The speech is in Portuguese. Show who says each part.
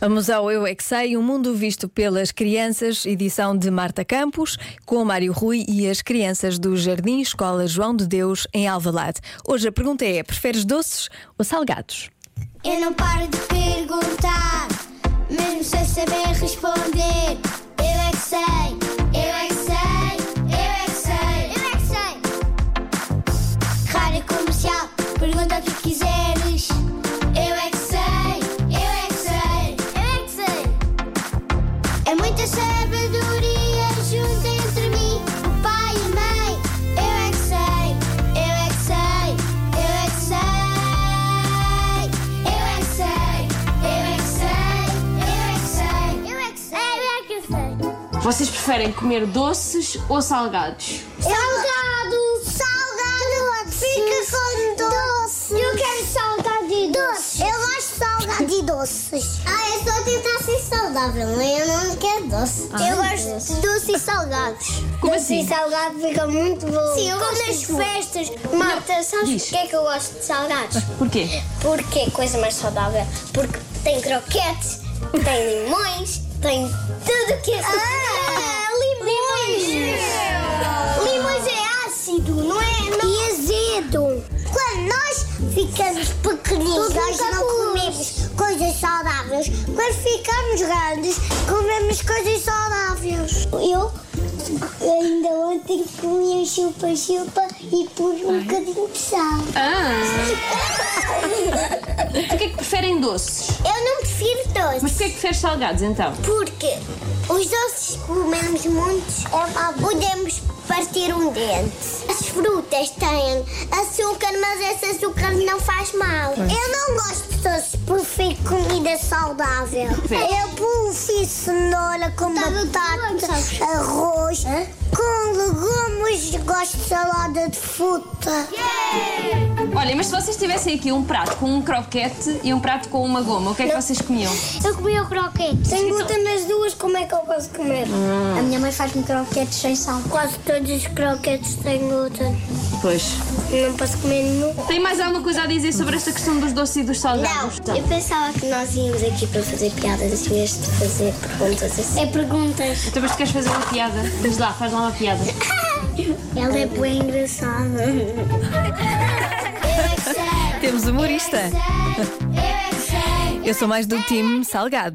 Speaker 1: Vamos ao Eu É Que Sei, um mundo visto pelas crianças, edição de Marta Campos, com Mário Rui e as crianças do Jardim Escola João de Deus, em Alvalade. Hoje a pergunta é, preferes doces ou salgados?
Speaker 2: Eu não paro de perguntar, mesmo sem saber responder. Eu é que sei, eu é que sei, eu é que sei, eu é que sei. Rádio comercial, pergunta o que quiseres. Eu é que sei, eu é que sei, eu é que sei. É muita sabedoria junta entre mim, o pai e a mãe. Eu é que sei, eu é que sei, eu é que sei. Eu é que sei, eu é que sei, eu é que sei, eu é que sei, eu é que sei.
Speaker 3: Vocês preferem comer doces ou salgados?
Speaker 2: Salgado! Salgado! Fica com doce! Eu quero salgado e doce! Eu gosto de salgado e doces! Ah, eu estou a tentar ser saudável, mas eu não quero doce! eu gosto de doce e salgados!
Speaker 3: Como
Speaker 2: doce
Speaker 3: assim?
Speaker 2: e salgado fica muito bom! Sim, eu gosto nas festas! Marta, sabes
Speaker 3: diz.
Speaker 2: porque é que eu gosto de salgados?
Speaker 3: Porquê?
Speaker 2: Porque é coisa mais saudável. Porque tem croquetes, tem limões, tem tudo que é Ah, limões! Limões é ácido, não é? E azedo. Quando nós ficamos pequeninos, nós não comemos coisas saudáveis. Quando ficamos grandes, comemos coisas saudáveis. Eu Ainda ontem comi um chupa-chupa e pus um bocadinho de sal.
Speaker 3: Ah! Porquê que preferem doces?
Speaker 2: Eu não prefiro doces.
Speaker 3: Mas porquê que preferes salgados então?
Speaker 2: Porque os doces comemos muitos, podemos partir um dente. As frutas têm açúcar, mas esse açúcar não faz mal. Eu não gosto de doces, prefiro comida saudável. Eu prefiro cenoura com batata, arroz, com legumes, gosto de salada de fruta.
Speaker 3: Olha, mas se vocês tivessem aqui um prato com um croquete e um prato com uma goma, o que é que vocês comiam?
Speaker 2: Eu comi o croquete. Ah. Tenho luta nas duas, como é que eu posso comer? A minha mãe faz-me croquetes sem sal. Quase todos os croquetes têm glúten.
Speaker 3: Pois.
Speaker 2: Não posso comer nenhum.
Speaker 3: Tem mais alguma coisa a dizer sobre esta questão dos doces e dos salgados?
Speaker 2: eu pensava que nós íamos aqui para fazer piadas assim, em vez de fazer perguntas assim. É perguntas.
Speaker 3: Então, mas tu queres fazer uma piada? Diz lá, faz lá uma piada.
Speaker 2: Ela é bem engraçada. é
Speaker 1: Temos humorista. Eu sou mais do time salgado.